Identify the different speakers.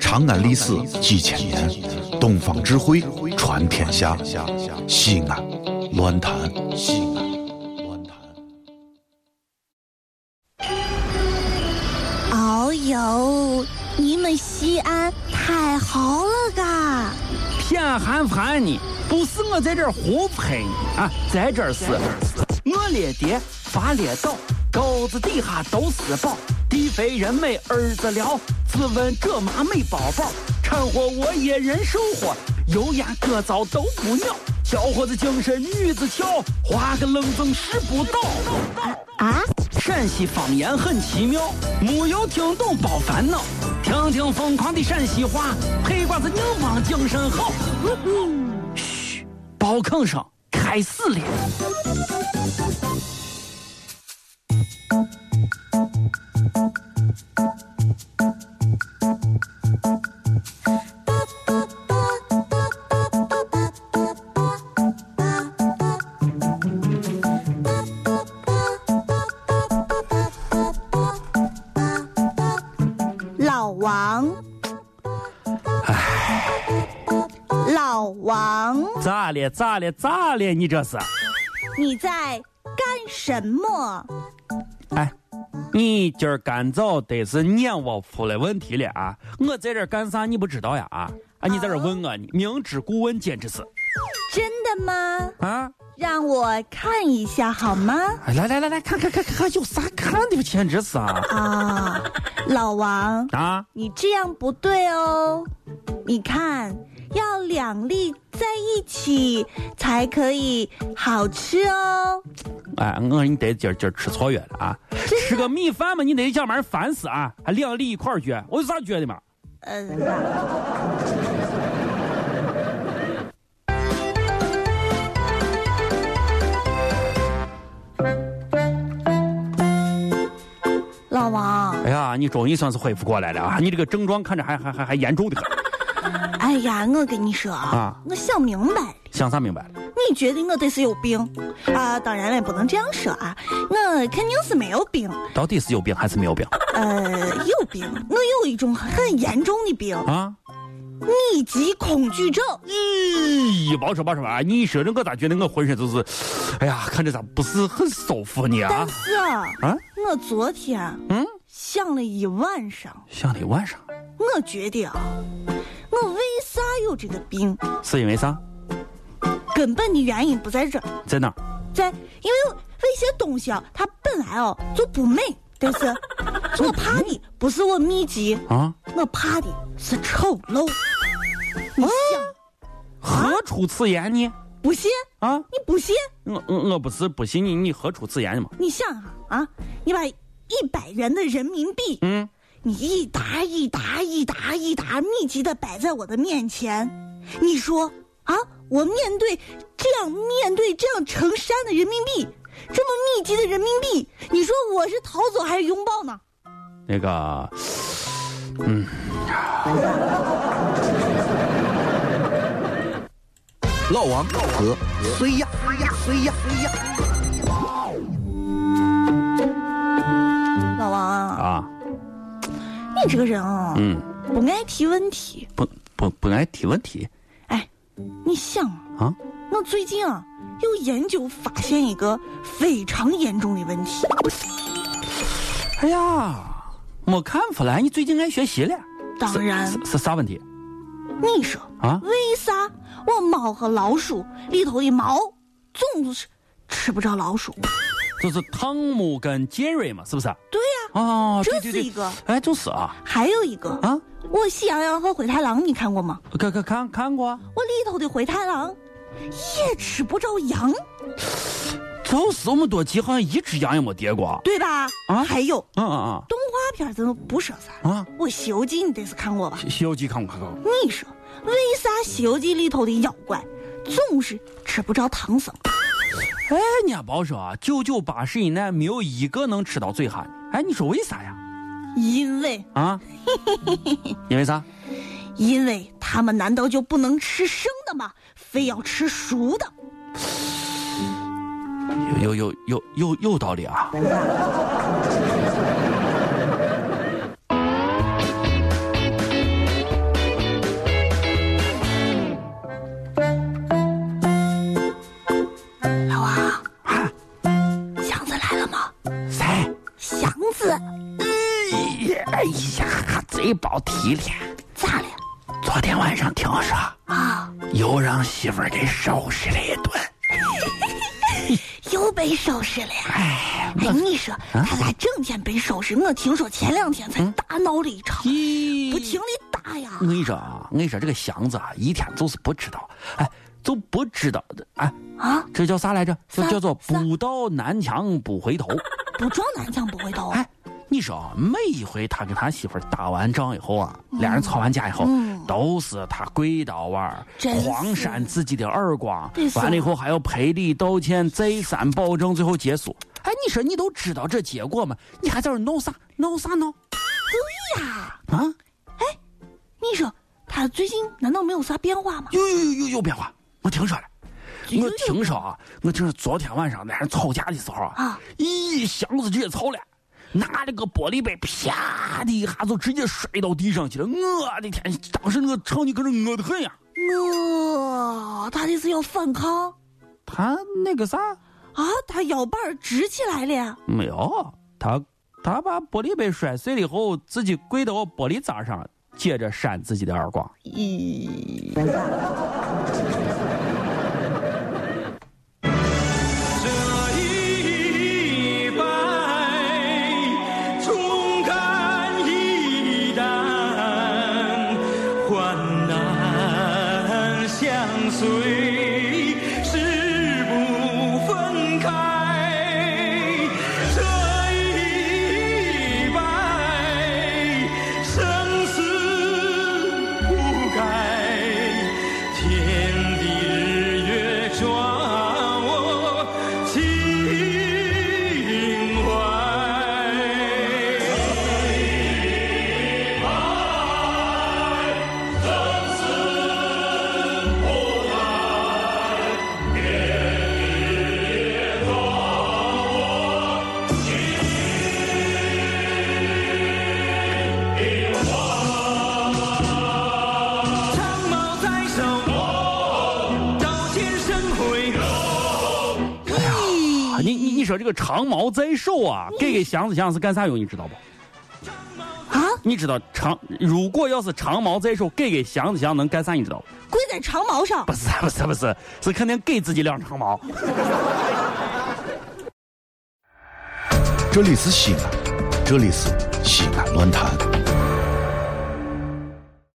Speaker 1: 长安历史几千年，东方智慧传天下。西安，乱谈西安，乱谈。
Speaker 2: 哦呦，你们西安太好了嘎！
Speaker 3: 偏寒寒你，不是我在这儿胡喷你啊，在这儿是，我列爹发列倒，沟子底下都是宝，地肥人美儿子了，自问这妈没宝宝，掺和我也人生活，油盐各糟都不尿，小伙子精神女子俏，花个愣风使不倒。
Speaker 2: 啊，
Speaker 3: 陕西方言很奇妙，没有听懂别烦恼，听听疯狂的陕西话，黑瓜子硬邦精神好。嘘，包吭声开始了。
Speaker 2: 老王，唉，老王，
Speaker 3: 咋了？咋了？咋了？你这是？
Speaker 2: 你在干什么？
Speaker 3: 哎，你今儿干早得是眼窝出了问题了啊！我在这儿干啥你不知道呀啊？啊，你在这儿问我呢，明知故问，简直是
Speaker 2: 真的吗？
Speaker 3: 啊！
Speaker 2: 让我看一下好吗？
Speaker 3: 哎来来来来，看看看看看，有啥看的？简直是啊！
Speaker 2: 啊，老王，
Speaker 3: 啊，
Speaker 2: 你这样不对哦。你看，要两粒在一起才可以好吃哦。
Speaker 3: 哎，我说你得今儿今儿吃错药了 啊！
Speaker 2: 真
Speaker 3: 吃个米饭嘛，你得想把人烦死啊！还两粒一块儿撅，我有啥撅的嘛？
Speaker 2: 嗯、老王，
Speaker 3: 哎呀，你终于算是恢复过来了啊！你这个症状看着还还还还严重的很，
Speaker 2: 哎呀，我跟你说
Speaker 3: 啊
Speaker 2: 我想明白了。
Speaker 3: 想啥明白了？
Speaker 2: 你觉得我得是有病啊？当然了，不能这样说啊，我肯定是没有病，
Speaker 3: 到底是有病还是没有病
Speaker 2: 呃，有病，我有一种很严重的病
Speaker 3: 啊？
Speaker 2: ——密集恐惧症。
Speaker 3: 咦，别说别说啊！你一说这，我咋觉得我浑身都是，哎呀，看着咋不是很舒服呢啊
Speaker 2: 但？是啊，
Speaker 3: 啊，
Speaker 2: 我昨天啊
Speaker 3: 嗯，
Speaker 2: 想了一晚上，
Speaker 3: 想的晚上
Speaker 2: 我觉得啊，我为啥有这个病？
Speaker 3: 是因为啥？
Speaker 2: 根本的原因不在这儿，
Speaker 3: 在哪儿？
Speaker 2: 在因为有一些东西啊，它本来哦就不美，但 是我怕的不是我密集，
Speaker 3: 啊？
Speaker 2: 我怕的是丑陋。你
Speaker 3: 啊
Speaker 2: 想
Speaker 3: 何出此言呢？
Speaker 2: 不信？
Speaker 3: 啊？
Speaker 2: 你不信？
Speaker 3: 我我我不是不信你，你何出此言嘛？
Speaker 2: 你想啊啊，你把一百元的人民币，
Speaker 3: 嗯，
Speaker 2: 你一沓一沓一沓一沓密集的摆在我的面前，你说啊，我面对这样面对这样成山的人民币，这么密集的人民币，你说我是逃走还是拥抱呢？
Speaker 3: 那个，
Speaker 4: 老王和谁呀？谁呀？谁呀？
Speaker 2: 老王啊，
Speaker 3: 啊，
Speaker 2: 你这个人啊，
Speaker 3: 嗯，
Speaker 2: 不爱提问题。
Speaker 3: 不不不爱提问题
Speaker 2: 哎，你想啊，
Speaker 3: 啊，
Speaker 2: 我最近啊，有研究发现一个非常严重的问题。
Speaker 3: 哎呀，没看出来你最近爱学习哎了，
Speaker 2: 当然，
Speaker 3: 是是啥问题
Speaker 2: 你说
Speaker 3: 啊？
Speaker 2: 为啥我猫和老鼠里头的毛总是吃不着老鼠？
Speaker 3: 就是汤姆跟杰瑞嘛，是不是？
Speaker 2: 对呀、
Speaker 3: 哦，
Speaker 2: 这
Speaker 3: 对对对
Speaker 2: 是一个
Speaker 3: 哎，就是啊
Speaker 2: 还有一个
Speaker 3: 啊，
Speaker 2: 我喜羊羊和灰太狼，你看过吗？
Speaker 3: 看看看看过，啊
Speaker 2: 我里头的灰太狼也吃不着羊，
Speaker 3: 就是我们多集好像一只羊也没跌过，
Speaker 2: 对吧？
Speaker 3: 啊
Speaker 2: 还有
Speaker 3: 嗯嗯
Speaker 2: 动画片儿咱都不说啥
Speaker 3: 嗯啊，
Speaker 2: 我《西游记》你得是看过吧？
Speaker 3: 《西游记》看过看过，
Speaker 2: 你说为啥《西游记》里头的妖怪总是吃不着唐僧？
Speaker 3: 哎，你也别说啊，九九八十一难没有一个能吃到嘴哈的，哎，你说为啥呀？
Speaker 2: 因为
Speaker 3: 啊？因为啥？
Speaker 2: 因为他们难道就不能吃生的吗？非要吃熟的？
Speaker 3: 有有有有有有道理啊！
Speaker 2: 啊
Speaker 3: 哎呀，嘴包体了。
Speaker 2: 咋了？
Speaker 3: 昨天晚上听说
Speaker 2: 啊，
Speaker 3: 又让媳妇儿给收拾了一顿。
Speaker 2: 又被收拾了呀！
Speaker 3: 哎，
Speaker 2: 哎，你说他咋整天被收拾？我听说前两天才大闹了一场，
Speaker 3: 咦
Speaker 2: 不停的打呀
Speaker 3: 我！跟你说啊，我跟你说这个祥子啊，一天就是不知道，哎，就不知道，哎，
Speaker 2: 啊，
Speaker 3: 这叫啥来着？
Speaker 2: 啥
Speaker 3: 就叫做
Speaker 2: 啥
Speaker 3: 不到南墙不回头。
Speaker 2: 不撞南墙不回头。
Speaker 3: 哎，你说啊每一回他跟他媳妇儿打完仗以后啊，俩人吵完架以后，都是他跪到腕儿
Speaker 2: 真，啊是
Speaker 3: 狂扇自己的耳光
Speaker 2: 对，是
Speaker 3: 完了以后还要赔礼道歉，再三保证，最后结束。哎，你说你都知道这结果吗？你还在这儿闹啥闹啥闹
Speaker 2: 对呀，
Speaker 3: 啊？
Speaker 2: 哎你说他最近难道没有啥变化吗？
Speaker 3: 有有有有变化，我听说了。
Speaker 2: 最近
Speaker 3: 我
Speaker 2: 有
Speaker 3: 听说啊，我听说昨天晚上俩人吵架的时候
Speaker 2: 啊，
Speaker 3: 一箱子直接吵了，拿了个玻璃杯，啪的一下就直接摔到地上去了。我的天，当时我瞅你可是我的很呀。
Speaker 2: 我他这是要反抗
Speaker 3: 他那个啥
Speaker 2: 啊！他腰板儿直起来了，
Speaker 3: 没有，他他把玻璃杯摔碎了以后，自己跪到玻璃渣上，接着扇自己的耳光。
Speaker 2: 咦，
Speaker 5: 这一拜，重看一旦，患难相随，誓不分开。这一拜，生死不改，天地日月转我情怀。
Speaker 4: 长矛在手，刀尖生辉。
Speaker 3: 啊你你你说这个长矛在手啊，给给祥子祥是干啥用？你知道不？
Speaker 2: 啊，
Speaker 3: 你知道长如果要是长毛在手，给给祥子祥能干啥？你知道不？
Speaker 2: 跪在长矛上
Speaker 3: 不。是不是不是，是肯定给自己两长毛。
Speaker 1: 这里是西安，这里是西安乱坛。